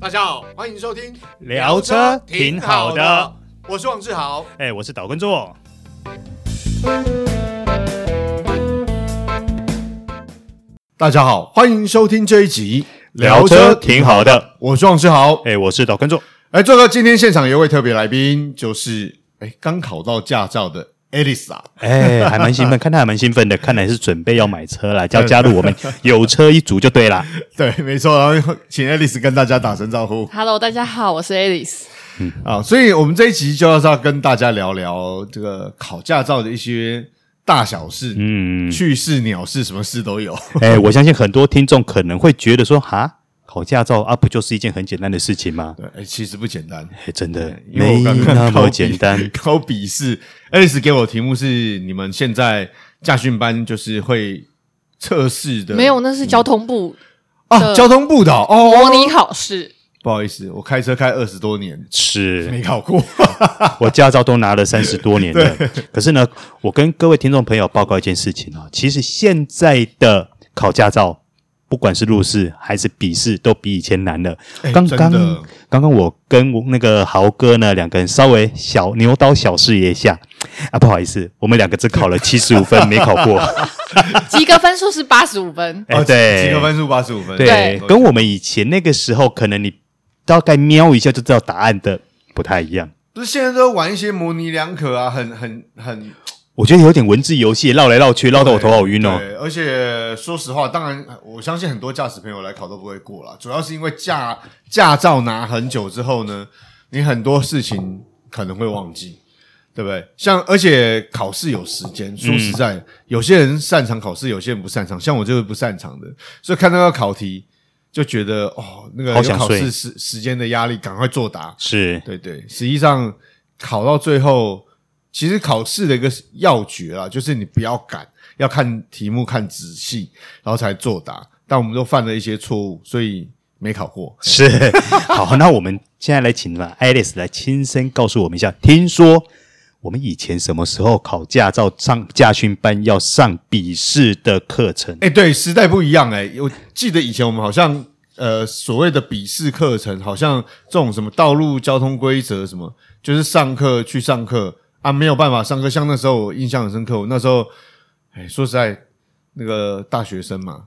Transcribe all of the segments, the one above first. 大家好，欢迎收听聊车挺好的，我是王志豪。哎、我是岛根座。大家好，欢迎收听这一集聊车挺好的。我是王志豪。哎、我是岛根座。哎，这个今天现场有位特别来宾，就是哎刚考到驾照的 Elisa。哎、还蛮兴奋，看他还蛮兴奋的，看来是准备要买车了，要加入我们有车一族就对了。对，没错。然后请 Elisa 跟大家打声招呼 Hello，大家好，我是 Alice。啊。所以我们这一集就要要跟大家聊聊这个考驾照的一些大小事，嗯，趣事、鸟事，什么事都有。哎、我相信很多听众可能会觉得说，哈，考驾照啊，不就是一件很简单的事情吗？对，哎，其实不简单。哎、真的因为没我刚刚那考么笔简 单。考笔试。Alice 给我题目是你们现在驾训班就是会测试的，没有，那是交通部嗯啊？交通部的哦，模哦拟考试， 不好意思，我开车开二十多年是没考过，我驾照都拿 了三十多年了，可是呢，我跟各位听众朋友报告一件事情啊，其实现在的考驾照，不管是路试还是笔试，都比以前难了。哎刚真刚的刚刚我跟我那个豪哥呢，两个人稍微小牛刀小试一下啊，不好意思，我们两个只考了七十五分，没考 过。及格分数是八十五分 。哎、哦对，及格分数八十五分，对对，跟我们以前那个时候，可能你大概瞄一下就知道答案的不太一样。不是现在都玩一些模棱两可啊，很很很我觉得有点文字游戏，绕来绕去，绕到我头好晕哦。对，而且说实话，当然我相信很多驾驶朋友来考都不会过啦，主要是因为驾驾照拿很久之后呢，你很多事情可能会忘记，对不对？像而且考试有时间，嗯说实在，有些人擅长考试，有些人不擅长，像我就是不擅长的，所以看到要考题就觉得哦，那个好有想考睡试时时间的压力，赶快作答。是，对对，实际上考到最后，其实考试的一个要诀啦，就是你不要赶，要看题目看仔细，然后才作答。但我们都犯了一些错误，所以没考过。是 好，那我们现在来请了 Alice 来亲身告诉我们一下。听说我们以前什么时候考驾照上驾训班要上笔试的课 程？哎，对，时代不一样哎、我记得以前我们好像呃所谓的笔试课程，好像这种什么道路交通规则什么，就是上课去上课啊，没有办法上课。像那时候我印象很深刻，我那时候哎说实在，那个大学生嘛。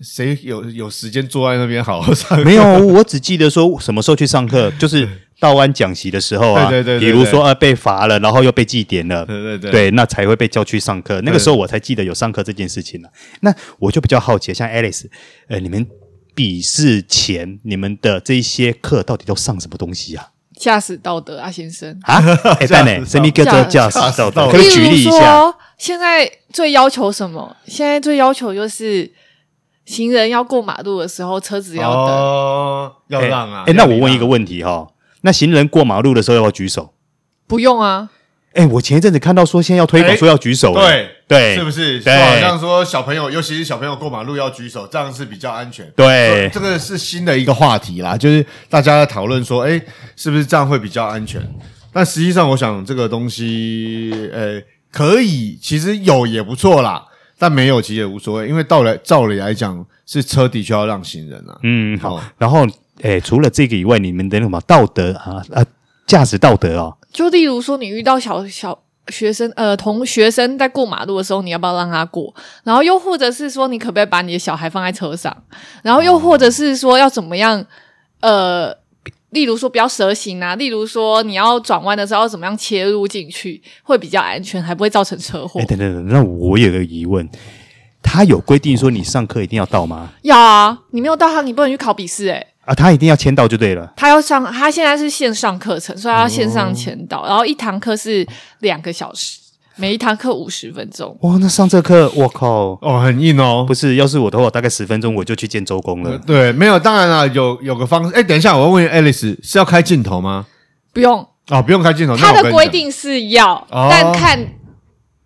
谁谁有有时间坐在那边好好 上课？没有，我只记得说什么时候去上课，就是到安讲习的时候啊，对对对对比如说啊被罚了，然后又被记点了，对对对对，那才会被叫去上课。那个时候我才记得有上课这件事情了、啊那我就比较好奇，啊像 Alice，呃，你们笔试前你们的这一些课到底都上什么东西啊？驾驶道德啊，先生。啊， 哎，蛋哦呢？什么叫做驾驶道德？可不可以举例例一如下？说，现在最要求什么？现在最要求就是行人要过马路的时候，车子要等。哦，要让啊！哎，那要我问一让个问题哈、那行人过马路的时候要不要举手？不用啊，哎，我前一阵子看到说现在要推广哎说要举手，对对，是不是？哎对说好像说小朋友，尤其是小朋友过马路要举手，这样是比较安全。对呃这个是新的一个话题啦，就是大家在讨论说，哎，是不是这样会比较安全？但实际上，我想这个东西，呃，可以，其实有也不错啦，但没有其实也无所谓，因为到来照理来讲，是车的确要让行人啊。嗯，好哦。然后，哎，除了这个以外，你们的那什么道德啊啊，驾驶道德哦，就例如说，你遇到小小学生呃同学生在过马路的时候，你要不要让他过？然后又或者是说，你可不可以把你的小孩放在车上？然后又或者是说，要怎么样？呃，例如说不要蛇行啊，例如说你要转弯的时候要怎么样切入进去会比较安全，还不会造成车祸哦哎，？等等等，那我有个疑问，他有规定说你上课一定要到吗？要啊，你没有到他，你不能去考笔试哎、啊，他一定要签到就对了。他要上，他现在是线上课程，所以他要线上签到，然后一堂课是两个小时，每一堂课五十分钟。哇，那上这课，我靠！哦，很硬哦不。是，要是我的话，大概十分钟我就去见周公了。对，没有，当然了，有有个方式。哎，等一下，我要问 Alice 是要开镜头吗？不用，哦，不用开镜头。那他我跟的你规讲定是要，哦但看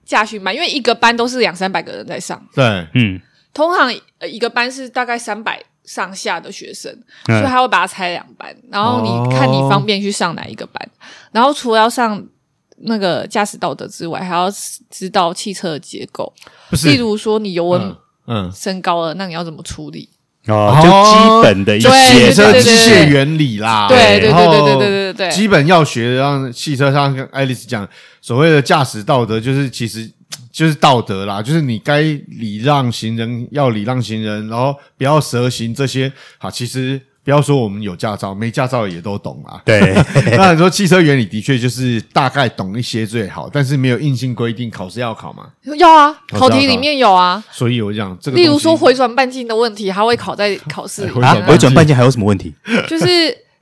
驾训班，因为一个班都是两三百个人在上，对，嗯，通常呃一个班是大概三百上下的学生，嗯所以他会把它拆两班，然后哦你看你方便去上哪一个班，然后除了要上。那个驾驶道德之外，还要知道汽车的结构，不是例如说你油温嗯嗯升高了，那你要怎么处理？哦，就基本的一对汽些车对对机械原理啦，对然后对对对对对对对基本要学的，让汽车上跟爱丽丝讲，所谓的驾驶道德就是其实就是道德啦，就是你该礼让行人要礼让行人，然后不要蛇行这些啊，其实。不要说我们有驾照，没驾照也都懂 啊。对， 那你说汽车原理的确就是大概懂一些最好，但是没有硬性规定考试要考嘛。要啊，我知道考题里面有啊，所以我讲这个东例西，哎如说回转半径的问题，它会考在考试里面啊回转半，径回转半径还有什么问题？ 就是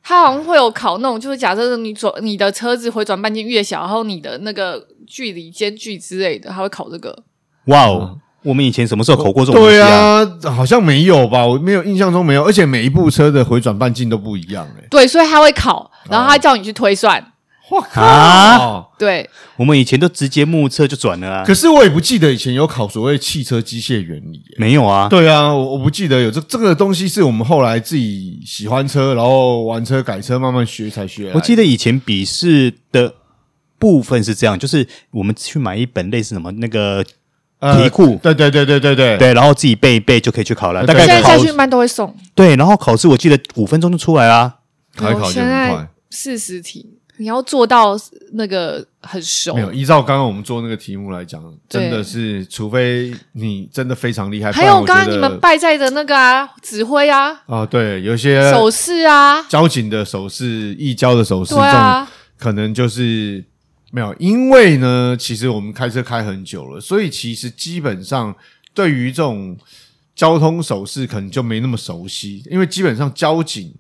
它好像会有考那种，就是假设你转你的车子回转半径越小，然后你的那个距离间距之类的，它会考这个。哇哦，我们以前什么时候考过这种东对西啊？啊，好像没有吧？我没有印象中没有，而且每一部车的回转半径都不一样哎、对，所以它会考，然后它叫你去推算。哇靠！啊对，我们以前都直接目测就转了啊哦可，是我也不记得以前有考所谓汽车机械原理、欸。没有啊，对啊，我我不记得有这这个东西是我们后来自己喜欢车，然后玩车改车，慢慢学才学来的。我记得以前笔试的部分是这样，就是我们去买一本类似什么那个呃题库对对对对对对，对，然后自己背一背就可以去考了。大对现概在考下去班都会送，对，然后考试我记得五分钟就出来啦。考一考就哦现很在快。四十题，你要做到那个很熟没。有，依照刚刚我们做那个题目来讲，对真的是，除非你真的非常厉害。还不然有我刚刚觉你得们拜在的那个啊，指挥啊，啊，对，有一些手势啊，交警的手势、义交的手势，对啊，这种可能就是没有，因为呢，其实我们开车开很久了，所以其实基本上对于这种交通手势可能就没那么熟悉，因为基本上交警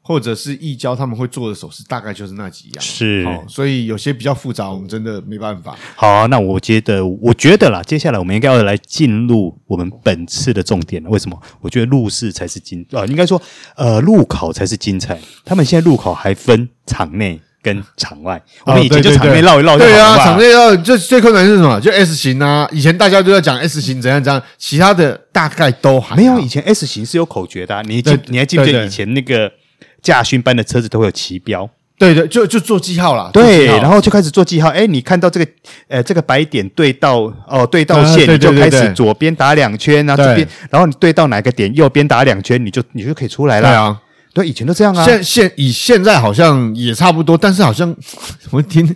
或者是义交他们会做的手势大概就是那几样，是好，所以有些比较复杂，我们真的没办法。好啊、那我觉得，我觉得啦，接下来我们应该要来进入我们本次的重点了。为什么？我觉得路试才是精，呃，应该说，呃，路考才是精彩。他们现在路考还分场内跟场外，我们以前就场内绕一绕就哦啊好对了啊，吧场内绕最最困难是什么？就 S 型啊，以前大家都在讲 S 型怎样怎样，其他的大概都还好没有，以前 S 型是有口诀的、啊，你记对你还记不记对得对以前那个驾训班的车子都会有旗标？对对，就就做记号啦。对，做记号然后就开始做记号。哎，你看到这个呃这个白点对到哦对到啊线，对你就对开对始对左边打两圈，然后这对边，然后你对到哪个点右边打两圈，你就你就可以出来对了。啊，对，以前都这样啊。现现以现在好像也差不多，但是好像 我听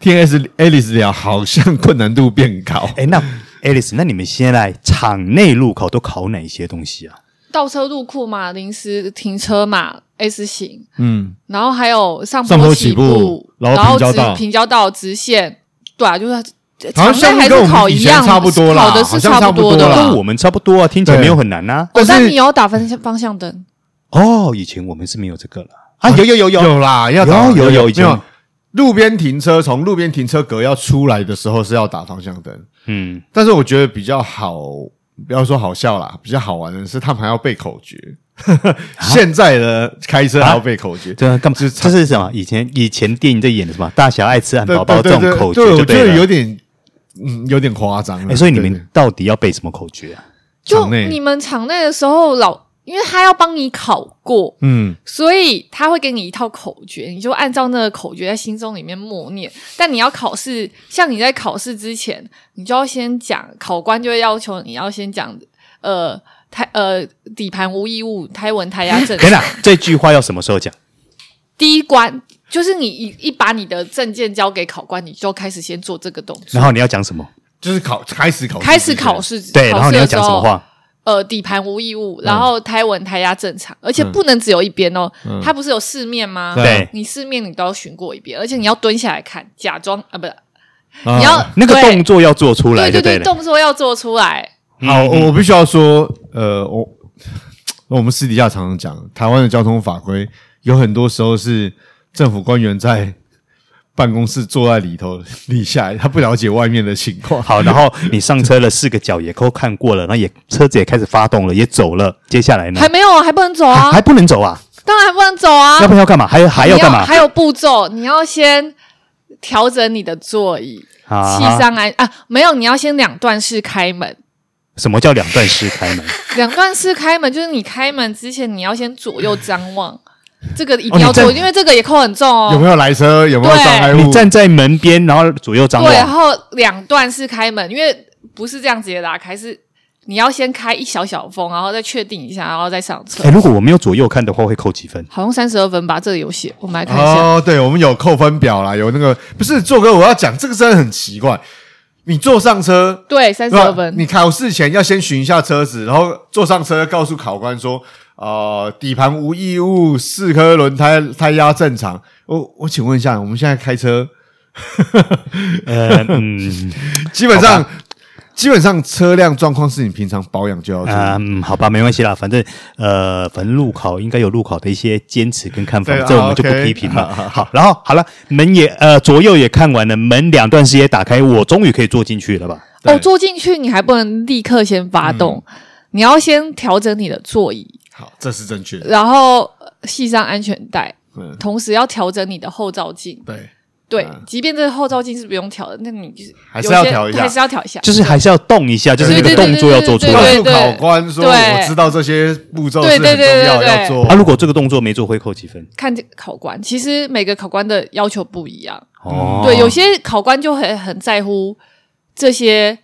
听 S Alice 聊，好像困难度变高。哎，那 Alice，那你们现在场内路考都考哪些东西啊？倒车入库嘛，临时停车嘛，S 型，嗯，然后还有上上坡起起步然后平然后交直道平交道直线，对啊，就是好像场内还跟我是们考以一前样，差不多啦考的好是像差不不多的啦跟啦。我们差不多啊，听起来对没有很难呐、哦但，是但你有打方向方向灯，哦，以前我们是没有这个了啊，有有有有，有啦，要有打有有没已经路边停车，从路边停车格要出来的时候是要打方向灯，嗯，但是我觉得比较好，不要说好笑啦，比较好玩的是他们还要背口 诀。啊现在的开车还要背口诀，对啊，干嘛？就是这是什么？以前以前电影在演的什么？大侠爱吃汉对堡包这对对种口诀对就我觉对得了有。点，嗯，有点夸张了。哎，所以你对对们到底要背什么口诀啊？就场内你们场内的时候老，因为他要帮你考过，嗯，所以他会给你一套口诀，你就按照那个口诀在心中里面默念。但你要考试，像你在考试之前，你就要先讲，考官就会要求你要先讲，呃，胎呃底盘无异物，胎纹胎压正等。等，这句话要什么时 候讲？第一关就是你一一把你的证件交给考官，你就开始先做这个动作，然后你要讲什么？就是考开始考试开始之前考试。对，然考后试你要的时讲什么候。话？嗯呃底盘无异物，然后胎纹胎压正常，而且不能只有一边哦，它不是有四面吗？嗯对你四面你都要巡过一遍，而且你要蹲下来看，假装啊，不是，啊你要嗯那个动作要做出来对就对对，了。动作要做出来。好，嗯我我必须要说，呃，我我们私底下常常讲，台湾的交通法规有很多时候是政府官员在办公室坐在里头立下来，他不了解外面的情况。好，然后你上车了，四个角也都看过了，然后也车子也开始发动了，也走了。接下来呢？还没有，还不能走啊还，还不能走嗯啊？当然还不能走啊要，不然要干嘛？还还你要要干嘛？还有步骤，你要先调整你的座椅，啊气上来啊，没有，你要先两段式开 门。什么叫两段式开 门？两段式开门，就是你开门之前，你要先左右张 望，这个一哦定你要做，在因为这个也扣很重哦。 有没有来车？有没有对障碍物？你站在门边，然后左右张对，然啊望。后两段式开门，因为不是这样直接打开，是你要先开一小小缝，然后再确定一下，然后再上车哎、。如果我没有左右看的话，会扣几分？好像三十二分吧，这里有写，我们来看一下。哦，对，我们有扣分表啦，有那个不是做哥，我要讲这个真的很奇怪。你坐上车，对，三十对二吧分。哦你考试前要先巡一下车子，然后坐上车告诉考官说，呃，底盘无异物，四颗轮胎胎压正常。我我请问一下，我们现在开车，呃嗯基本上基本上车辆状况是你平常保养就要注意。嗯，好吧，没关系啦，反正呃，反正路考应该有路考的一些坚持跟看法对，啊这我们就不 OK 批评了。好好，然后好了，门也呃左右也看完了，门两段式也打开，我终于可以坐进去了吧？对嗯哦，坐进去你还不能立刻先发动，你要先调整你的座椅，好，这是正确的。然后呃系上安全带，嗯，同时要调整你的后照镜。对，对，嗯即便这个后照镜是不用调的，那你就是还是要有些调一下还是要调一下。就是还是要动一下，就是那个对动作要做出对告来。诉考官说，对我知道这些步骤是很重对对对要对对要做啊，。如果这个动作没做，会扣几分？看这个考官，其实每个考官的要求不一样。哦，嗯对，有些考官就很很在乎这些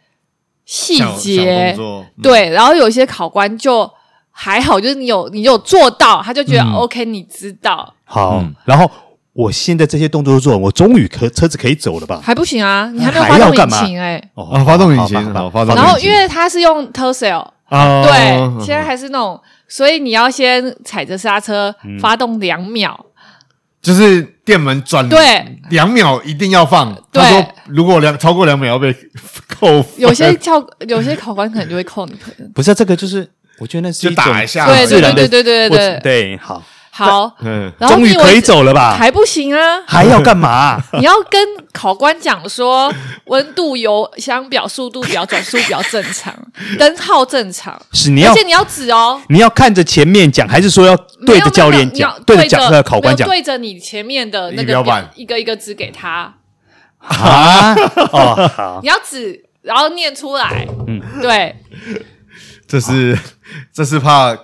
细小小节动，作，嗯对，然后有些考官就还好，就是你有你有做到，他就觉得、OK，你知道好，嗯然后我现在这些动作都做完，我终于可车子可以走了吧？还不行啊，你还没有还发要动干引嘛擎哎、啊，发动引好擎，吧好，发动引然擎。后因为他是用 Tercel，哦嗯啊，对，现在还是那种，所以你要先踩着刹车嗯发动两秒，就是电门嗯转对两秒一定要放。对他说如果两超过两秒要被 扣分，有哦些教有些考官可能就会扣你分。不是、啊、这个，就是我觉得那是就一种打一下对自对然的对对对过对程对，对，好，好， 嗯，然后终你于以为可以走了吧？还不行啊，还要干嘛 啊、你要跟考官讲说 温度油箱表、速度表、转速表正常， 灯号正常，是你要而且你要指哦，你要看着前面讲，还是说要对着教练没有没讲，有你要着讲呃考官没有讲对着你前面的那仪个表板一个一个指给他，啊？哦，好，你要指，然后念出来，嗯，对，这是这是怕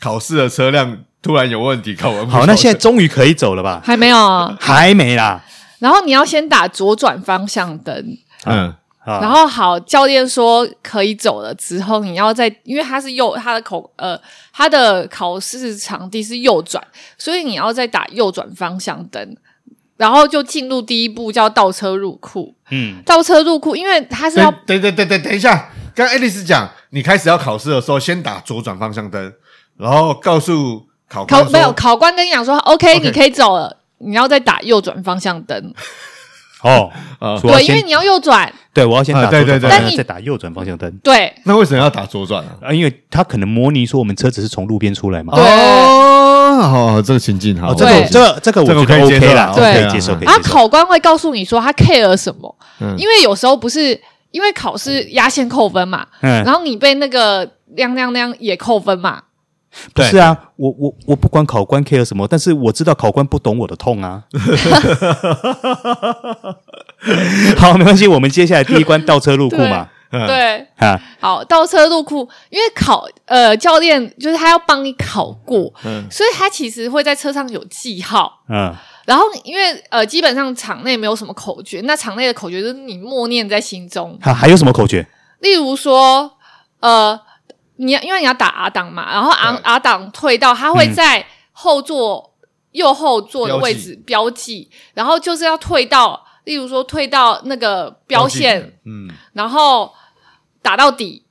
考试的车辆突然有问题，考完不好，那考现在试终于可以走了吧？还没有啊。还没啦，然后你要先打左转方向灯，嗯，啊然后好，教练说可以走了之后，你要再，因为他是右，他的口呃，他的考试场地是右转，所以你要再打右转方向灯，然后就进入第一步叫倒车入库。嗯，倒车入库，因为他是要等等等等等等一下，刚爱丽丝讲，你开始要考试的时候，先打左转方向灯，然后告诉考官考说没有考官跟你讲说，OK， OK 你可以走了，你要再打右转方向灯，哦，啊我要对，因为先你要右转，对我要先啊打对左对转方对向对再打右转方向灯对，那为什么要打左转啊？啊，因为他可能模拟说我们车子是从路边出来嘛。对哦，好，这个情境好，哦，这个哦对这个这个我这个觉得可以接 OK 受啦，啦我可以对接受，啊可以啊，接受。考官会告诉你说他 care 什么，嗯因为有时候不是因为考试压线扣分嘛，嗯然后你被那个亮亮亮也扣分嘛，不是啊，我我我不管考官 care 什么，但是我知道考官不懂我的 痛啊。好，没关系，我们接下来第一关倒车入库嘛，嗯对，啊，好，倒车入库，因为考呃教练就是他要帮你考过，嗯所以他其实会在车上有记号。嗯，然后，因为呃，基本上场内没有什么口诀，那场内的口诀就是你默念在心中。还还有什么口诀？例如说，呃，你要因为你要打 R 档嘛，然后 R 对 R 档退到，它会在后座、右后座的位置标记，然后就是要退到，例如说退到那个标线，，嗯，然后打到底，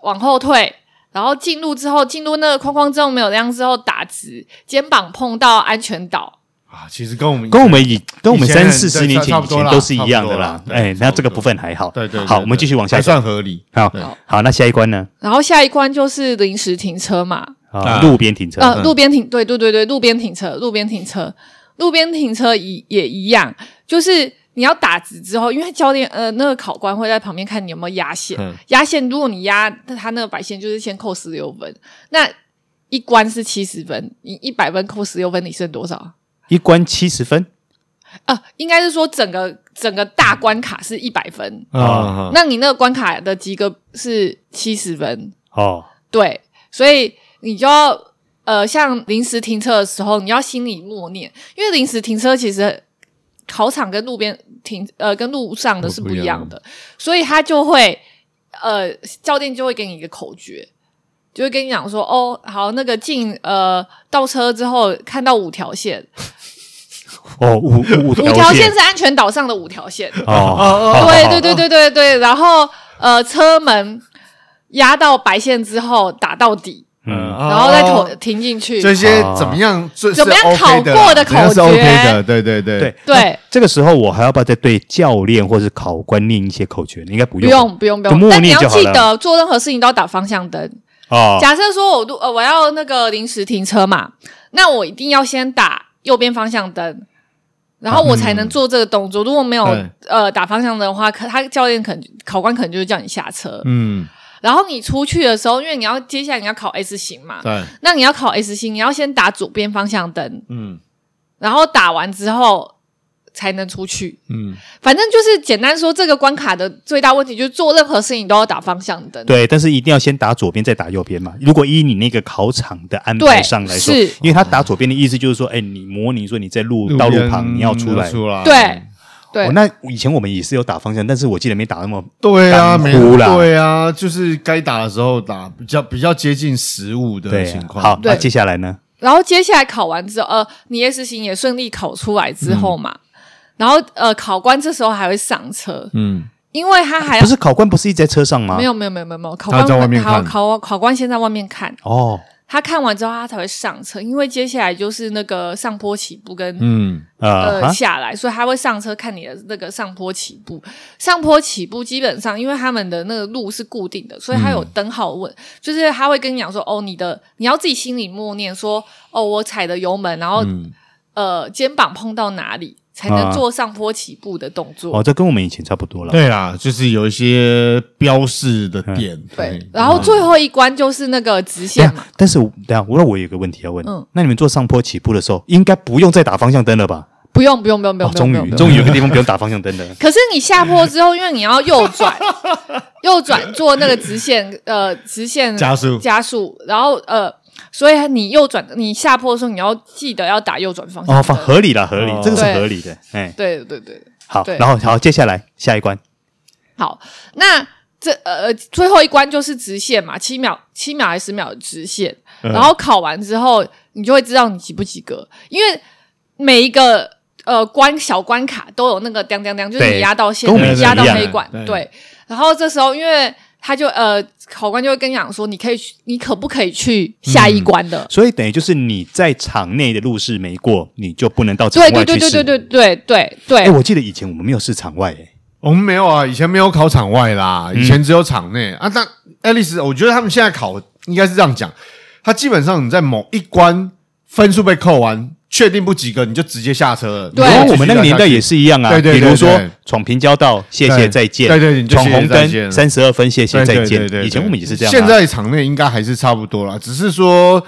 往后退，然后进入之后进入那个框框之后没有量之后打直，肩膀碰到安全岛，啊，其实跟我们跟我们以跟我们以前三四十年前差以不前多啦都是一样的差啦不。多啦哎对，那这个部分还好。对对对好，对我们继续往下还走。算合理。好对好，那下一关呢？然后下一关就是临时停车嘛，啊，啊路边停车。呃，路边停，对对对对，路边停车，路边停车，路边停车一也一样，就是你要打直之后，因为教练呃那个考官会在旁边看你有没有压线嗯，压、线如果你压他那个白线就是先扣十六分，那一关是七十分，你一百分扣十六分，你剩多少？一关七十分呃，应该是说整个整个大关卡是一百分，啊，那你那个关卡的及格是七十分，哦，对，所以你就要呃，像临时停车的时候，你要心里默念，因为临时停车其实嗯考场跟路边停呃跟路上的是不一样的，所以它就会呃，教练就会给你一个口诀，就会跟你讲说，哦，好，那个进呃倒车之后看到五条线，哦，五五五 五条线线是安全岛上的五条 线，哦，对对对对对对，然后呃车门压到白线之后打到底，嗯，然后再投停进去，哦这些怎么样最怎么样考过的口诀哦是 OK 的，对对对对，对，这个时候我还要不要再对教练或是考官念一些口诀？你应该不不用，用不用不就默用，但你念要就好记了得做任何事情都要打方向灯。哦，假设说我路呃我要那个临时停车嘛，那我一定要先打右边方向灯，然后我才能做这个动作。如果没有嗯对呃打方向灯的话，可他教练可能考官可能就会叫你下车。嗯，然后你出去的时候，因为你要接下来你要考 S 型嘛，嗯对，那你要考 S 型，你要先打左边方向灯，嗯然后打完之后才能出去。嗯，反正就是简单说，这个关卡的最大问题就是做任何事情都要打方向灯。对，但是一定要先打左边，再打右边嘛。如果依你那个考场的安排对上来说，是因为他打左边的意思就是说，哎，你模拟说你在路道路旁你要出来。出来，对对哦，那以前我们也是有打方向，但是我记得没打那么对啊，干没枯啦对啊，就是该打的时候打，比较比较接近实物的对啊、情况。好，对那接下来呢？然后接下来考完之后，呃，你 S 型也顺利考出来之后嘛，然后呃，考官这时候还会上车，嗯，因为他还要不是考官不是一直在车上吗？没有没有没有没有没有，考啊他官在外面考看考考官先在外面看，哦，他看完之后他才会上车，因为接下来就是那个上坡起步跟、嗯呃，呃哈下来，所以他会上车看你的那个上坡起步。上坡起步基本上，因为他们的那个路是固定的，所以他有灯号问，就是他会跟你讲说，哦，你的你要自己心里默念说，哦，我踩的油门，然后、嗯，呃肩膀碰到哪里才啊能做上坡起步的动作。哦，这跟我们以前差不多了。对啦，就是有一些标示的点，对，然后最后一关就是那个直等一线嘛下，，但是我等一下，我那我有一个问题要问，嗯那你们做上坡起步的时候，应该不用再打方向灯了吧？不用不用不用不哦用，，不用终不用于，终于有个地方不用打方 向灯了。可是你下坡之后，因为你要右转， 右转做那个直线，呃，直线加嗯速加速，然后呃，所以你右转，你下坡的时候，你要记得要打右转方向哦，灯。反合理了，合理，哦这个是对合理的。哎，对对对，对好，对然后好，接下来下一关，好，那这呃最后一关就是直线嘛，七秒、七秒还是十秒的直线，嗯然后考完之后，你就会知道你及不及格，因为每一个呃关小关卡都有那个当当当，就是对你压到线跟我们，你压到一样黑管对，对。然后这时候，因为他就呃，考官就会跟你讲说，你可以去，你可不可以去下嗯一关的？所以等于就是你在场内的路试没过，你就不能到场对外对去对试。对对对对对哎，对，我记得以前我们没有试场外，哎，我们没有啊，以前没有考场外啦，以前只有场内、啊。但爱丽丝，我觉得他们现在考应该是这样讲，他基本上你在某一关分数被扣完，确定不及格，你就直接下车了。对你然就后我们那个年代也是一样啊，对对对比如说对闯平交道，谢谢对再见，对对你就闯谢谢红再灯见三十二分，谢谢对再对见对对，。以前我们也是这样啊，现在场内应该还是差不多啦，只是说，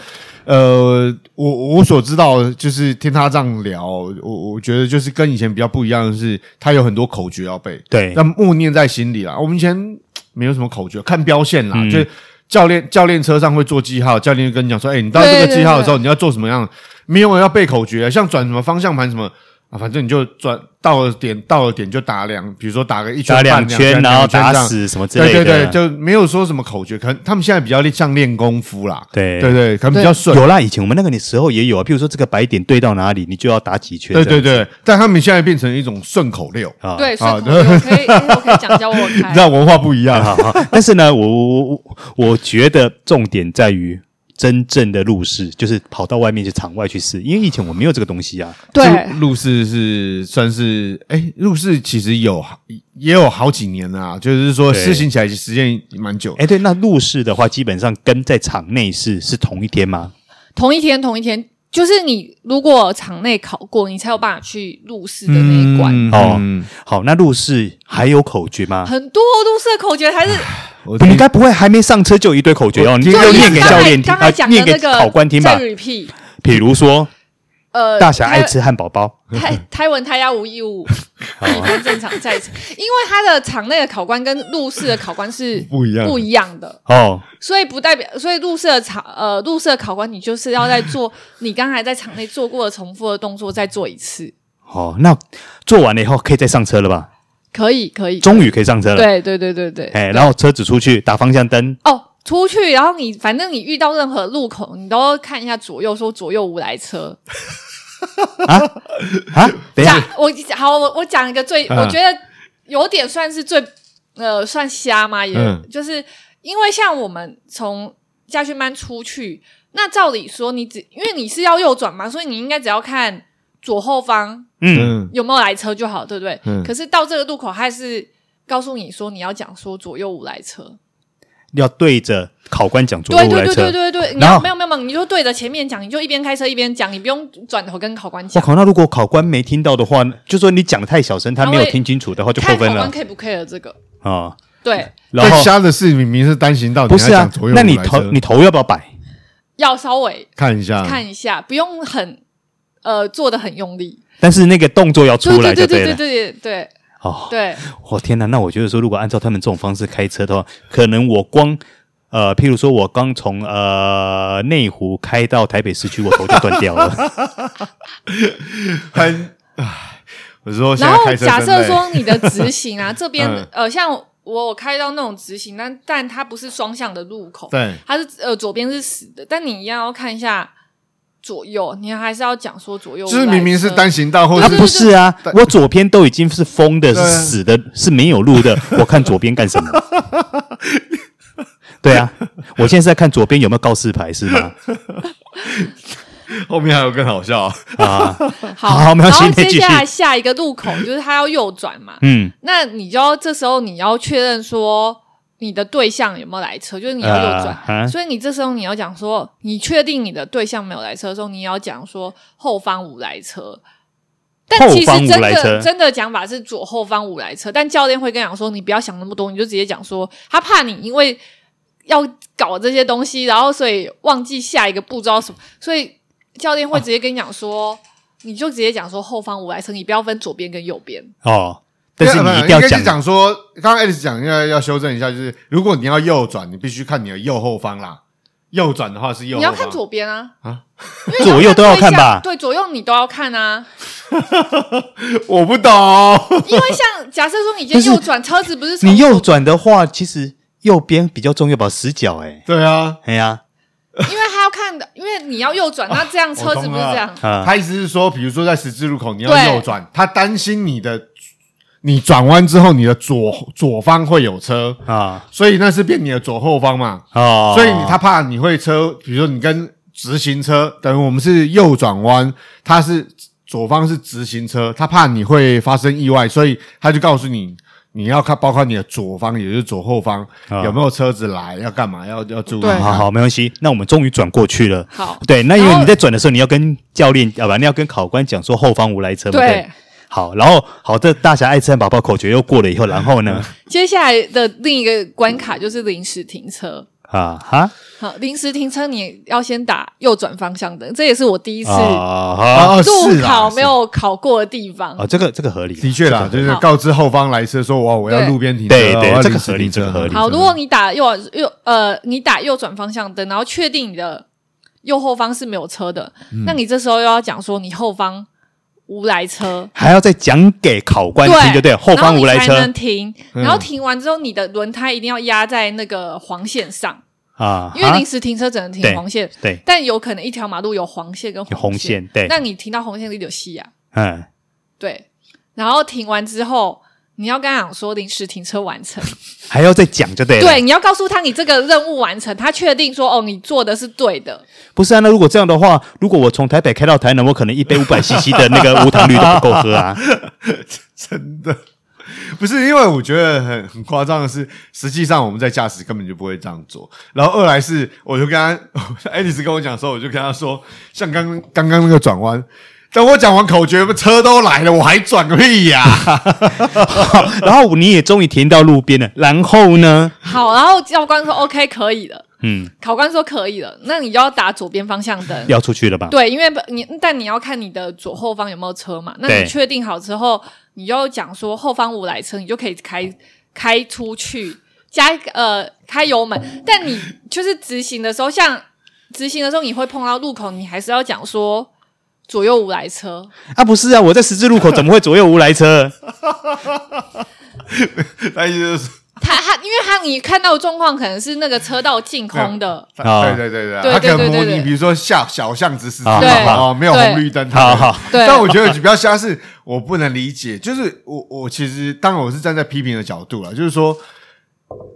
呃，我我所知道就是听他这样聊，我我觉得就是跟以前比较不一样的是，他有很多口诀要背，对但默念在心里啦。我们以前嘖没有什么口诀，看标线啦，嗯就是教练教练车上会做记号，教练就跟你讲说，哎、你到这对个记号的时候，你要做什么样，没有人要背口诀，啊像转什么方向盘什么。啊，反正你就转到了点，到了点就打两，比如说打个啊一圈打半、两圈，然后打这样死什么之类对的。对对，就没有说什么口诀，可能他们现在比较像练功夫啦。对对对，可能比较顺。有啦，以前我们那个时候也有啊，譬如说这个白点对到哪里，你就要打几圈。对对对，但他们现在变成一种顺口溜，啊，对，所以好我 可以我可以讲教我你开知。道文化不一样。好好 好但是呢，我我我我我觉得重点在于真正的路试，就是跑到外面去场外去试，因为以前我没有这个东西啊。对入室是算是哎，入室其实有也有好几年了啊，就是说对施行起来时间蛮久。哎，对，那路试的话，基本上跟在场内试是同一天吗？同一天，同一天，就是你如果场内考过，你才有办法去入试的那一关。哦嗯好，那路试还有口诀 吗？很多入试的口诀还是我你听该不会还没上车就有一堆口诀哦？你就 又就一念样给刚教才练听刚才啊，讲的念给那个考官听吧再。repeat，比如说，呃，大侠爱台吃汉堡 包，台 台文台压无义务，啊每天正常在职，因为他的场内的考官跟入试的考 官是不一样不一样的，哦，所以不代表，所以入试的场呃入试的考官，你就是要在做你刚才在场内做过的重复的动作再做一次。哦，那做完了以后可以再上车了吧？可以可以，终于可以上车了。对对对对对，哎，然后车子出去打方向灯，哦，出去，然后你反正你遇到任何路口，你都看一下左右，说左右无来车。 啊，等一讲下，我好，我我讲一个最，嗯我觉得有点算是最呃算瞎嘛，也、嗯就是因为像我们从家训班出去，那照理说你只因为你是要右转嘛，所以你应该只要看左后方嗯，嗯有没有来车就好，对不对？嗯可是到这个路口，还是告诉你说你要讲说左右无来车。要对着考官讲左对右无对来对对车。对对，你然要后没有没有没有，你就对着前面讲，你就一边开车一边讲，你不用转头跟考官我讲。靠！那如果考官没听到的话，就说你讲的太小声，他没有他会听清楚的 话，就看扣考分官了 care 不 care 这个？啊。对，然但后瞎的是明明是单行道，不是你还啊讲左，右那你来车头你头要不要摆？要稍微看一下，看一下，不用很呃做的很用力。但是那个动作要对出来对就对对对了。对对哦，对，我天哪！那我觉得说，如果按照他们这种方式开车的话，可能我光呃，譬如说我刚从呃内湖开到台北市区，我头就断掉了。很，唉，我是说现然在后开车假真设累说你的直行 啊，这边嗯呃像我我开到那种直行，但但它不是双向的路口，对，它是呃左边是死的，但你一样要看一下左右，你还是要讲说左右无就来车。是明明是单行道，或啊，者不是是啊，对我左边都已经是封的，对啊是死的，是没有路的， 我看左边干什么？ 对啊，我现在是在看左边有没有告示牌，是吗？后面还有更好笑，啊，好，好没然关系后你接继续下来下一个路口就是它要右转嘛，嗯，那你就要这时候你要确认说你的对象有没有来车，就是你要右转。呃啊所以你这时候你要讲说，你确定你的对象没有来车的时候，你也要讲说后方无来车。但其实后方无真来的车真的讲法是左后方无来车，但教练会跟你讲说，你不要想那么多，你就直接讲说，他怕你因为要搞这些东西，然后所以忘记下一个步骤什么，所以教练哦会直接跟你讲说，你就直接讲说后方无来车，你不要分左边跟右边。哦，但是不你一定应要该讲是讲说，刚刚 Alice 讲要要修正一下，就是如果你要右转，你必须看你的右后方啦。右转的话是右，你要看，左边啊，啊因为你 左右都要看吧对，左右你都要看啊，我不懂，因为 像假设说你今天右转，车子不是从你右，转的话，其实右边比较重要吧，死角哎、对啊，哎呀、因为他要看的，因为你要右转，那这样车子不是这样，啊，他意思是说，比如说在十字路口你对要右转，他担心你的你转弯之后，你的左左方会有车，啊所以那是变你的左后方嘛。哦，所以你他怕你会车，比如说你跟直行车，等于我们是右转弯，他是左方是直行车，他怕你会发生意外，所以他就告诉你。你要看，包括你的左方，也就是左后方、啊有没有车子来，要干嘛，要要注意。对哦好好没关系，那我们终于转过去了。好，对，那因然为后你在转的时候，你要跟教练，啊不，你要跟考官讲说后方无来车嘛。对，。好，然后好，这大侠爱吃汉堡包口诀又过了以后，然后呢？接下来的另一个关卡就是临时停车。嗯啊哈好，临时停车你要先打右转方向灯，这也是我第一次啊哈哦，路是考啦，没有考过的地方。啊，这个这个合理，是的确啦，就是好告知后方来车说，哇，我要对路边停车，对对我要这个临时合理停车这个合理好，如果你打右右呃，你打右转方向灯，然后确定你的右后方是没有车的，嗯那你这时候又要讲说你后方无来车，还要再讲给考官听，就对，后然方无来你才能车停。嗯然后停完之后，你的轮胎一定要压在那个黄线上，啊，因为哈临时停车只能停对黄线，对但有可能一条马路有黄线跟有红线，对，那你停到红线里就吸啊，嗯，对。然后停完之后，你要跟他讲说临时停车完成。还要再讲就对了。对，，你要告诉他你这个任务完成，他确定说哦，你做的是对的。不是啊，那如果这样的话，如果我从台北开到台南，我可能一杯五百 CC 的那个无糖绿都不够喝啊。 真的不是，因为我觉得很很夸张的是，实际上我们在驾驶根本就不会这样做。然后二来是，我就跟他，爱丽丝跟我讲的时候，我就跟他说，像刚刚刚那个转弯。等我讲完口诀，车都来了，我还转个屁呀、 然后你也终于停到路边了，然后呢？好，然后教官说 OK 可以了，嗯，考官说可以了，那你就要打左边方向灯。要出去了吧？对，因为你但你要看你的左后方有没有车嘛。那对你确定好之后，你就讲说后方无来车，你就可以开开出去，加一个呃开油门。但你就是执行的时候，像执行的时候你会碰到路口，你还是要讲说左右无来车。啊，不是啊，我在十字路口怎么会左右无来车？他意思就是他他，因为他你看到的状况可能是那个车道净空的，他，啊对对对对，对他可对能对模对拟，对比如说下小巷子是啊对哦，没有对红绿灯，哦好好，对但我觉得比较瞎是，我不能理解，就是我我其实当然我是站在批评的角度了，就是说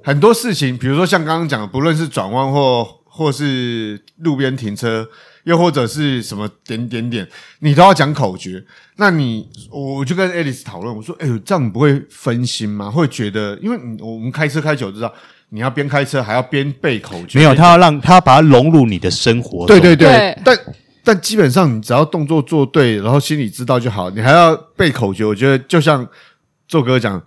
很多事情，比如说像刚刚讲的，不论是转弯或或是路边停车，又或者是什么点点点，你都要讲口诀。那你我我就跟 Alice 讨论，我说：“哎呦，这样你不会分心吗？会觉得，因为你我们开车开久就知道，你要边开车还要边背口诀，没有，他要让他要把它融入你的生活中，对对对，对但但基本上你只要动作做对，然后心里知道就好。你还要背口诀，我觉得就像做哥讲，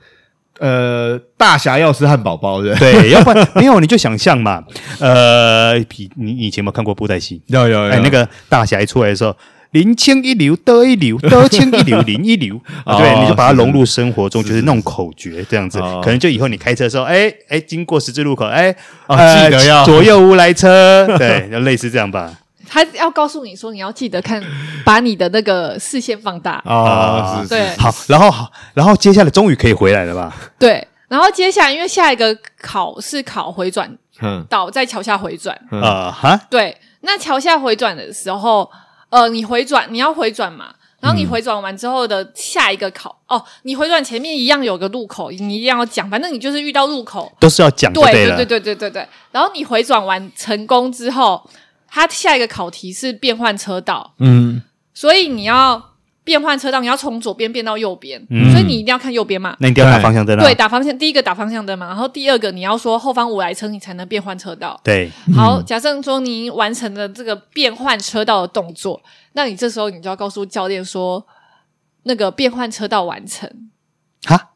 呃，大侠要吃汉堡包，对不对？对，要不然没有你就想象嘛，呃，比你你以前有没有看过布袋戏？有有哎，那个大侠一出来的时候，林清一流，得一流，得清一流，林 一流，啊哦对，你就把它融入生活中，就是那种口诀这样子哦，可能就以后你开车的时候，哎哎，经过十字路口，哎，哦呃记得要左右无来车，对，就类似这样 吧。他要告诉你说你要记得看，把你的那个视线放大，啊，是对好，然后好，然后接下来终于可以回来了吧？对。然后接下来因为下一个考是考回转嗯道，在桥下回转，嗯啊哈，对，那桥下回转的时候，呃，你回转你要回转嘛，然嗯后你回转完之后的下一个考、哦，你回转前面一样有个路口，你一样要讲，反正你就是遇到路口，都是要讲嗯就对了对对对对对，然后你回转完成功之后，它下一个考题是变换车道，嗯，所以你要变换车道，你要从左边变到右边，嗯所以你一定要看右边嘛。那你一定要打方向灯啊。对，打方向，第一个打方向灯嘛，然后第二个你要说后方我来车，你才能变换车道。对好，假设说你完成了这个变换车道的动作，那你这时候你就要告诉教练说，那个变换车道完成。哈，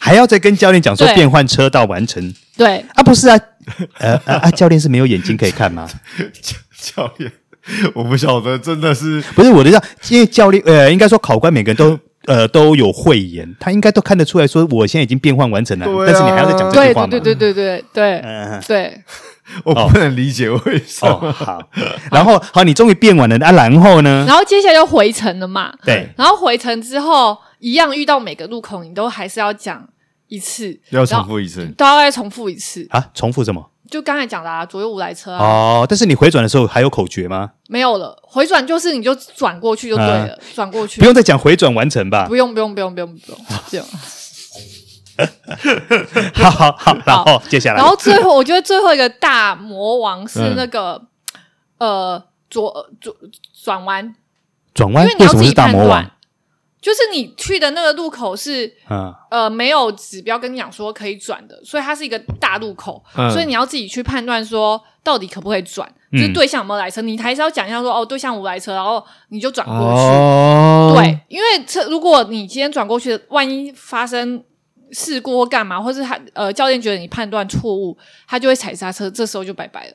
还要再跟教练讲说对变换车道完成对，啊？不是啊，呃啊啊，教练是没有眼睛可以看 吗？教练，我不晓得，真的是不是我的意思啊，因为教练呃，应该说考官每个人都。呃，都有慧眼，他应该都看得出来说，我现在已经变换完成了，对啊但是你还要再讲这句对，话对，吗？对，对，对，对，对，嗯、对，我不能理解为什么。哦，好， 然后好，你终于变完了啊，然后呢？然后接下来就回程了嘛，对，然后回程之后一样遇到每个路口，你都还是要讲一次，要重复一次，都要再重复一次。啊，重复什么？就刚才讲的啊，左右无来车啊，哦，但是你回转的时候还有口诀吗？没有了，回转就是你就转过去就对了，转过去嗯不。用啊再讲回转完成吧？不用不用不用不用不用，这样。好好好，然后接下来，然后最后，我觉得最后一个大魔王是嗯那个、呃左左转弯，转因弯为你哎为要什自么己是大判魔王断？。就是你去的那个路口是嗯，呃没有指标跟你讲说可以转的，所以它是一个大路口，嗯所以你要自己去判断说到底可不可以转，嗯就是对象有没有来车，你还是要讲一下说哦对象无来车，然后你就转过去。哦，对，因为车如果你今天转过去，万一发生事故或干嘛，或是他呃教练觉得你判断错误，他就会踩刹车，这时候就拜拜了。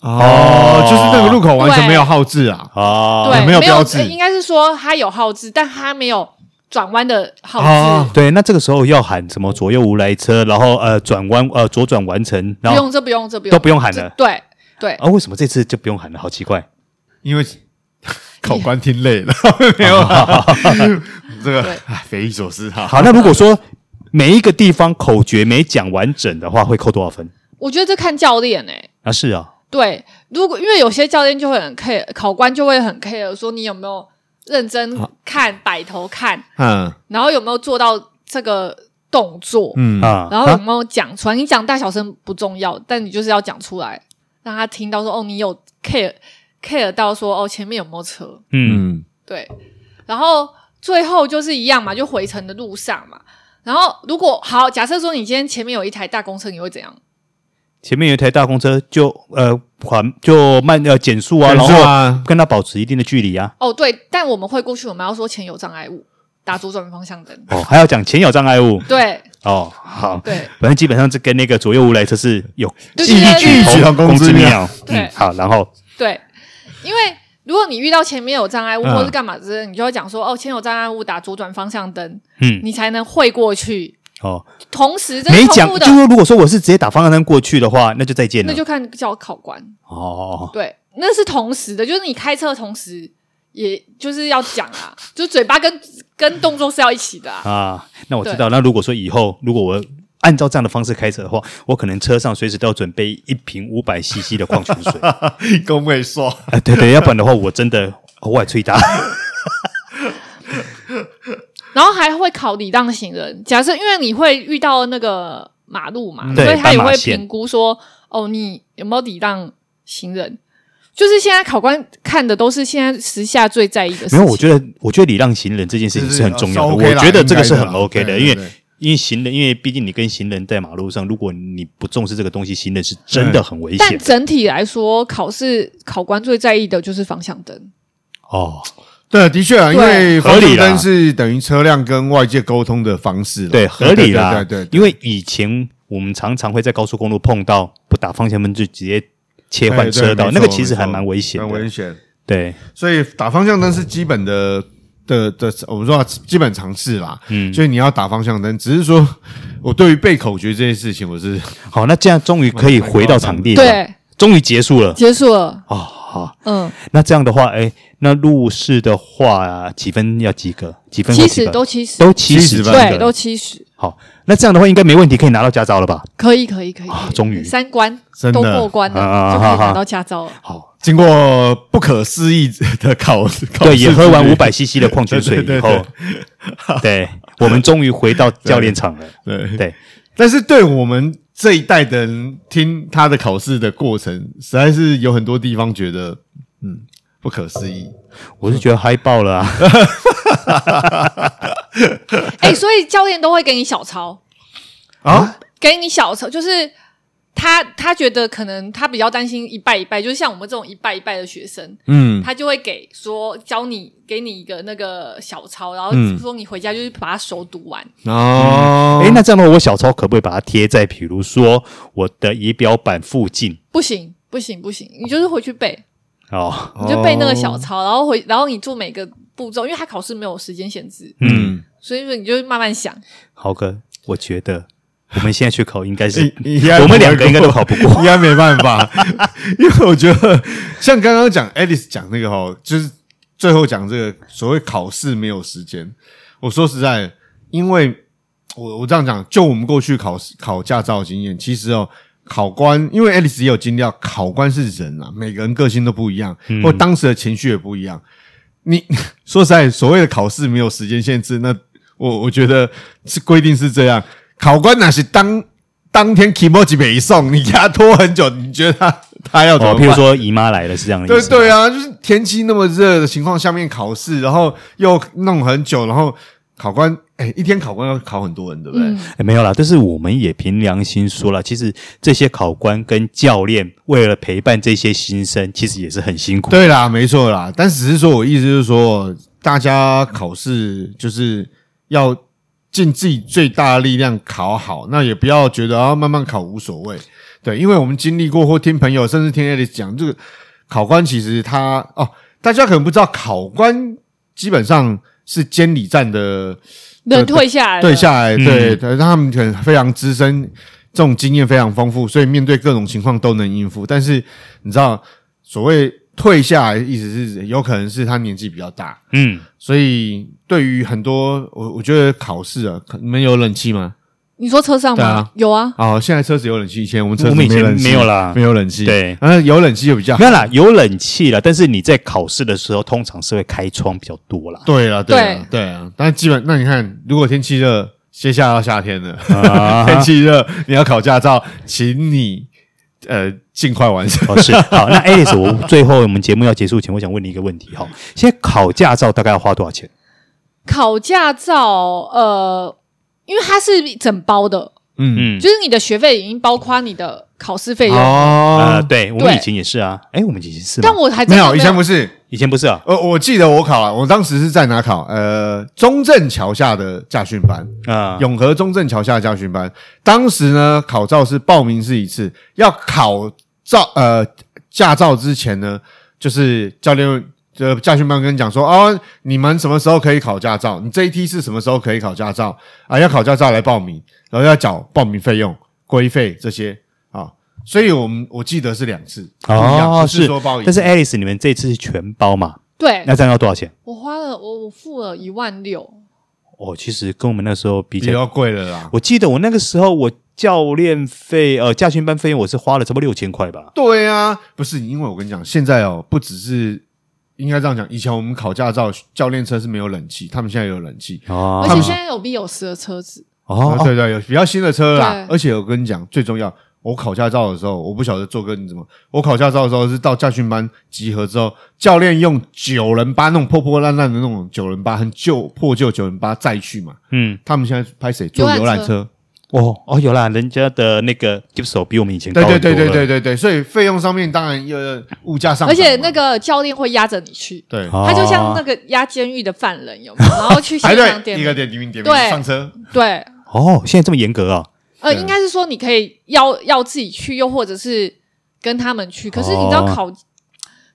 哦，就是那个路口完全对没有号志啊，哦，对，没没有标志呃应该是说他有号志，但他没有转弯的号志，哦对，那这个时候要喊什么左右无来车，然后呃转弯呃左转完成，然不后用这不用这不用都不用喊这了对对、啊？为什么这次就不用喊了？好奇怪，因为考官听累了， 没有啊，这个对唉匪夷所思啊哈。好，那如果说每一个地方口诀没讲完整的话，会扣多少分？我觉得这看教练哎、啊，是啊，对，如果因为有些教练就会很 care，考官就会很 care 说你有没有认真看摆头看，嗯然后有没有做到这个动作，嗯啊，然后有啊没有讲出来？你讲大小声不重要，但你就是要讲出来，让他听到说哦，你有 care care 到说哦，前面有没有车？嗯，嗯对，然后最后就是一样嘛，就回程的路上嘛。然后如果好，假设说你今天前面有一台大公车，你会怎样？前面有一台大公车，就呃缓就慢呃减速啊，然减速后啊跟它保持一定的距离啊。哦，对，但我们会过去，我们要说前有障碍物，打左转方向灯。哦，还要讲前有障碍物对哦，好，对反正基本上这跟那个左右无来车是有对异对曲对同工之妙。对嗯，好，然后对，因为如果你遇到前面有障碍物嗯或是干嘛之类，你就会讲说哦，前有障碍物，打左转方向灯，嗯，你才能会过去。哦，同时这没个讲就是说重，复的，如果说我是直接打方向灯过去的话，那就再见了。那就看叫考官。哦，对，那是同时的，就是你开车的同时也就是要讲啊，就嘴巴跟跟动作是要一起的、啊。啊，那我知道。那如果说以后如果我按照这样的方式开车的话，我可能车上随时都要准备一瓶五百 CC 的矿泉水。啊， 公会说，对对，要不然的话，我真的偶尔吹打。然后还会考礼让行人。假设因为你会遇到那个马路嘛，嗯所对以他斑也马会线评估说，哦，你有没有礼让行人？就是现在考官看的都是现在时下最在意的事没情。有，我觉得我觉得礼让行人这件事情是很重要的，我觉得这个是很 OK 的，因为。因为行人，因为毕竟你跟行人在马路上，如果你不重视这个东西，行人是真的很危但险的整体来说，考试考官最在意的就是方向灯。哦。对，的确啊，因为对方合向理啦灯是等于车辆跟外界沟通的方式啦，对，合理啦。对对对对因为以前我们常常会在高速公路碰到不打方向灯就直接对切换哎对车道，没那个错其实没错还蛮危险蛮危的。险。对，所以打方向灯是基本的的的，我们说啊基本常识啦。嗯，所以你要打方向灯，只是说我对于背口诀这件事情，我是好，那这样终于可以回到场地了，，对，终于结束了。结束了。哦，好，嗯，那这样的话，哎，那入试的话，几分要及格？几分会七及十格都七十，都七十70分，对，都七十，好。那这样的话，应该没问题，可以拿到驾照了吧？可以，可以，可以。可以啊终于三关真的都过关啊啊啊了，就可以啊啊拿到驾照了。好，经过不可思议的考考对，试也喝完之旅五百 CC 的矿泉水 以对对对后，对我们终于回到教练场了。对对，但是对我们这一代的人听他的考试的过程，实在是有很多地方觉得，嗯，不可思议。我是觉得嗨爆了啊！哎，所以教练都会给你小抄，啊，给你小抄，就是他他觉得可能他比较担心一拜一拜，就是像我们这种一拜一拜的学生，嗯，他就会给说教你给你一个那个小抄，然后嗯说你回家就是把它熟读完。哦， 诶，那这样的话，我小抄可不可以把它贴在，比如说我的仪表板附近？不行，不行，不行，你就是回去背，哦，你就背那个小抄，然后回，然后你做每个步骤，因为他考试没有时间限制，嗯，嗯，所以说你就慢慢想。豪哥，我觉得我们现在去考应该是应应该我们两不个会应该都 考不 过。应该没办法， 因为我觉得像刚刚讲 Alice 讲那个哈，就是最后讲这个所谓考试没有时间。我说实在，因为我我这样讲，就我们过去考试考驾照的经验，其实哦。考官，因为 Alice 也有经历到，考官是人啊，每个人个性都不一样，嗯或当时的情绪也不一样。你 说实在，所谓的考试没有时间限制，那我我觉得是规定是这样，考官哪是当当天 k i m o j i 没送，你给他拖很久，你觉得他他要怎么哦，办？譬如说姨妈来了是这样的意对思。对，啊，就是天气那么热的情况下面考试，然后又弄很久，然后考官哎，一天考官要考很多人，对不对？嗯，诶没有啦，但是我们也凭良心说了，其实这些考官跟教练为了陪伴这些新生，其实也是很辛苦。对啦，没错啦，但只是说我意思就是说，大家考试就是要尽自己最大的力量考好，那也不要觉得啊慢慢考无所谓。对，因为我们经历过或听朋友甚至听 Alice 讲，这个考官其实他哦，大家可能不知道，考官基本上是监理站的人退下来了，对下来，嗯对，对他们可能非常资深，这种经验非常丰富，所以面对各种情况都能应付。但是你知道，所谓退下来，意思是有可能是他年纪比较大，嗯，所以对于很多我我觉得考试啊，可你们有冷气嗯吗？你说车上对吗？啊有啊，哦，现在车子有冷气，以前我们车我子们以前冷气没有啦没有冷气，对然后有冷气就比较好啊没。有啦，有冷气啦，但是你在考试的时候，通常是会开窗比较多啦。对啦，对啦，对啊，但基本那你看，如果天气热，接下来要夏天了，啊天气热，你要考驾照，请你呃尽快完成。 哦，是好，那 Alice，我最后我们节目要结束前，我想问你一个问题哈。现在考驾照大概要花多少钱？考驾照，呃，因为它是整包的，嗯，嗯，就是你的学费已经包括你的考试费用，呃，哦，对，我们对以前也是啊。哎，我们以前是吗但？我还真呃没有，的以前不是，以前不是啊。呃，我记得我考了，我当时是在哪考？呃，中正桥下的驾训班，啊，永和中正桥下的驾训班。当时呢，考照是报名是一次，要考照呃驾照之前呢，就是教练。呃，驾训班跟你讲说，哦，你们什么时候可以考驾照？你这一梯是什么时候可以考驾照？啊，要考驾照来报名，然后要缴报名费用、规费这些啊。所以我们我记得是两次，不一样哦不是说报一次哎但是 Alice，你们这次是全包嘛？对那这样要多少钱？我花了，我我付了一万六，哦，其实跟我们那时候比比起来，较贵了啦。我记得我那个时候我教练费呃驾训班费用我是花了差不多六千块吧。对啊，不是因为我跟你讲，现在哦，不只是应该这样讲，以前我们考驾照，教练车是没有冷气，他们现在有冷气。哦而且现在有 B 有十的车子，哦对对，有比较新的车啦对。而且我跟你讲，最重要，我考驾照的时候，我不晓得做哥你怎么，我考驾照的时候是到驾训班集合之后，教练用九人八那种破破烂烂的那种九人八，很旧破旧九人八再去嘛。嗯他们现在拍谁坐游游览览车？哦哦有啦，人家的那个 g i p s 比我们以前高对对很对多对了对对对，所以费用上面当然要要物价上涨嘛，而且那个教练会压着你去，对。哦他就像那个压监狱的犯 人，有没有？然后去现排队场点一名个，点名点名对上车，对，哦，现在这么严格啊？呃，对应该是说你可以要要自己去，又或者是跟他们去。可是你知道哦考、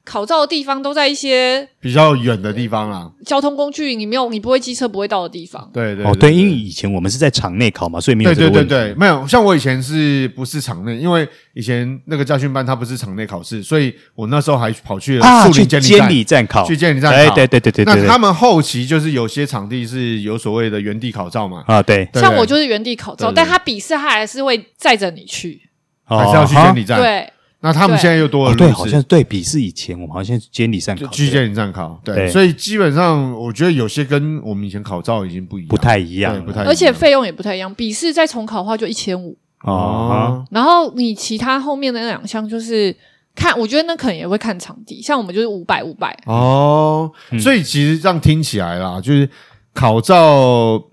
考照的地方都在一些比较远的地方啦。交通工具你没有你不会机车不会到的地方。对对哦，对，因为英语以前我们是在场内考嘛，所以没有对这个对问对题。对，没有。像我以前是不是场内？因为以前那个驾训班它不是场内考试，所以我那时候还跑去了啊，树去林监理站监理站考，去监理站对考。对对对对对那对他们后期就是有些场地是有所谓的原地考照嘛，啊，对，对像对我就是原地考照，对对但他笔试他还是会载着你去。还是要去监理。理站。，哦对，那他们现在又多哦，了对，路好试像对比是以前我们好像是监理站考就的，去监理站考。对，对所以基本上我觉得有些跟我们以前考照已经不一样，哦不太一样啊哦对了，不太一样。而且费用也不太一样。笔试再重考的话就一千五，哦，哦，然后你其他后面的那两项就是看，我觉得那可能也会看场地。像我们就是五百五百，哦，嗯所以其实这样听起来啦，就是考照，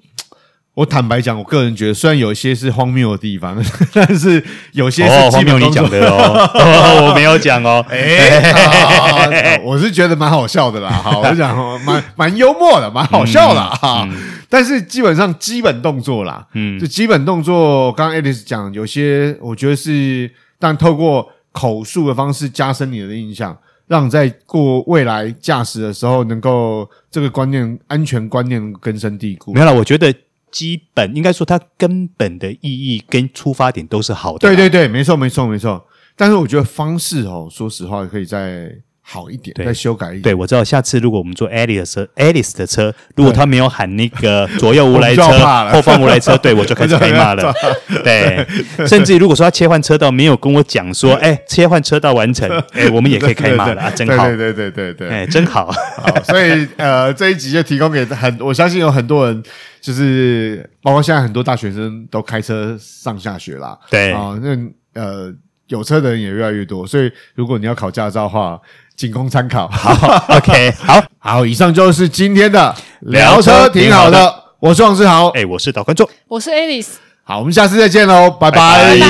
我坦白讲，我个人觉得虽然有一些是荒谬的地方，但是有些哦，是基荒谬本你工作讲。的哦，哦 我没有讲哦， 哎、啊我是觉得蛮好笑的啦，哈，我就讲哦蛮蛮幽默的，蛮好笑的哈、但是基本上基本动作啦，嗯就基本动作，刚刚 Alice 讲，有些我觉得是，但透过口述的方式加深你的印象，让你在过未来驾驶的时候，能够这个观念、安全观念根深蒂固没。有了，我觉得基本应该说它根本的意义跟出发点都是好的，对对对，没错没错没错。但是我觉得方式哦，说实话可以再好一点，对再修改一点。对，我知道下次如果我们坐 Alice 的车，Alice 的车，如果他没有喊那个左右无来车 我就要怕、了后方无来车，对我就开始被骂了。 对，甚至于如果说他切换车道没有跟我讲说，哎，切换车道完成，哎，我们也可以开骂了，啊，真好， 对对对对对对。哎，真好，好，所以呃，这一集就提供给很，我相信有很多人，就是包括现在很多大学生都开车上下学啦。对啊、那呃，有车的人也越来越多，所以如果你要考驾照的话，仅供参考。 好，OK，好，好，以上就是今天的聊聊车车，挺挺好好的的。我是王志豪，哎，我是导观众。我是 Alice。好，我们下次再见喽，拜拜拜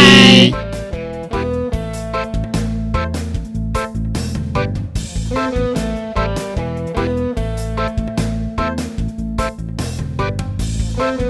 嗯。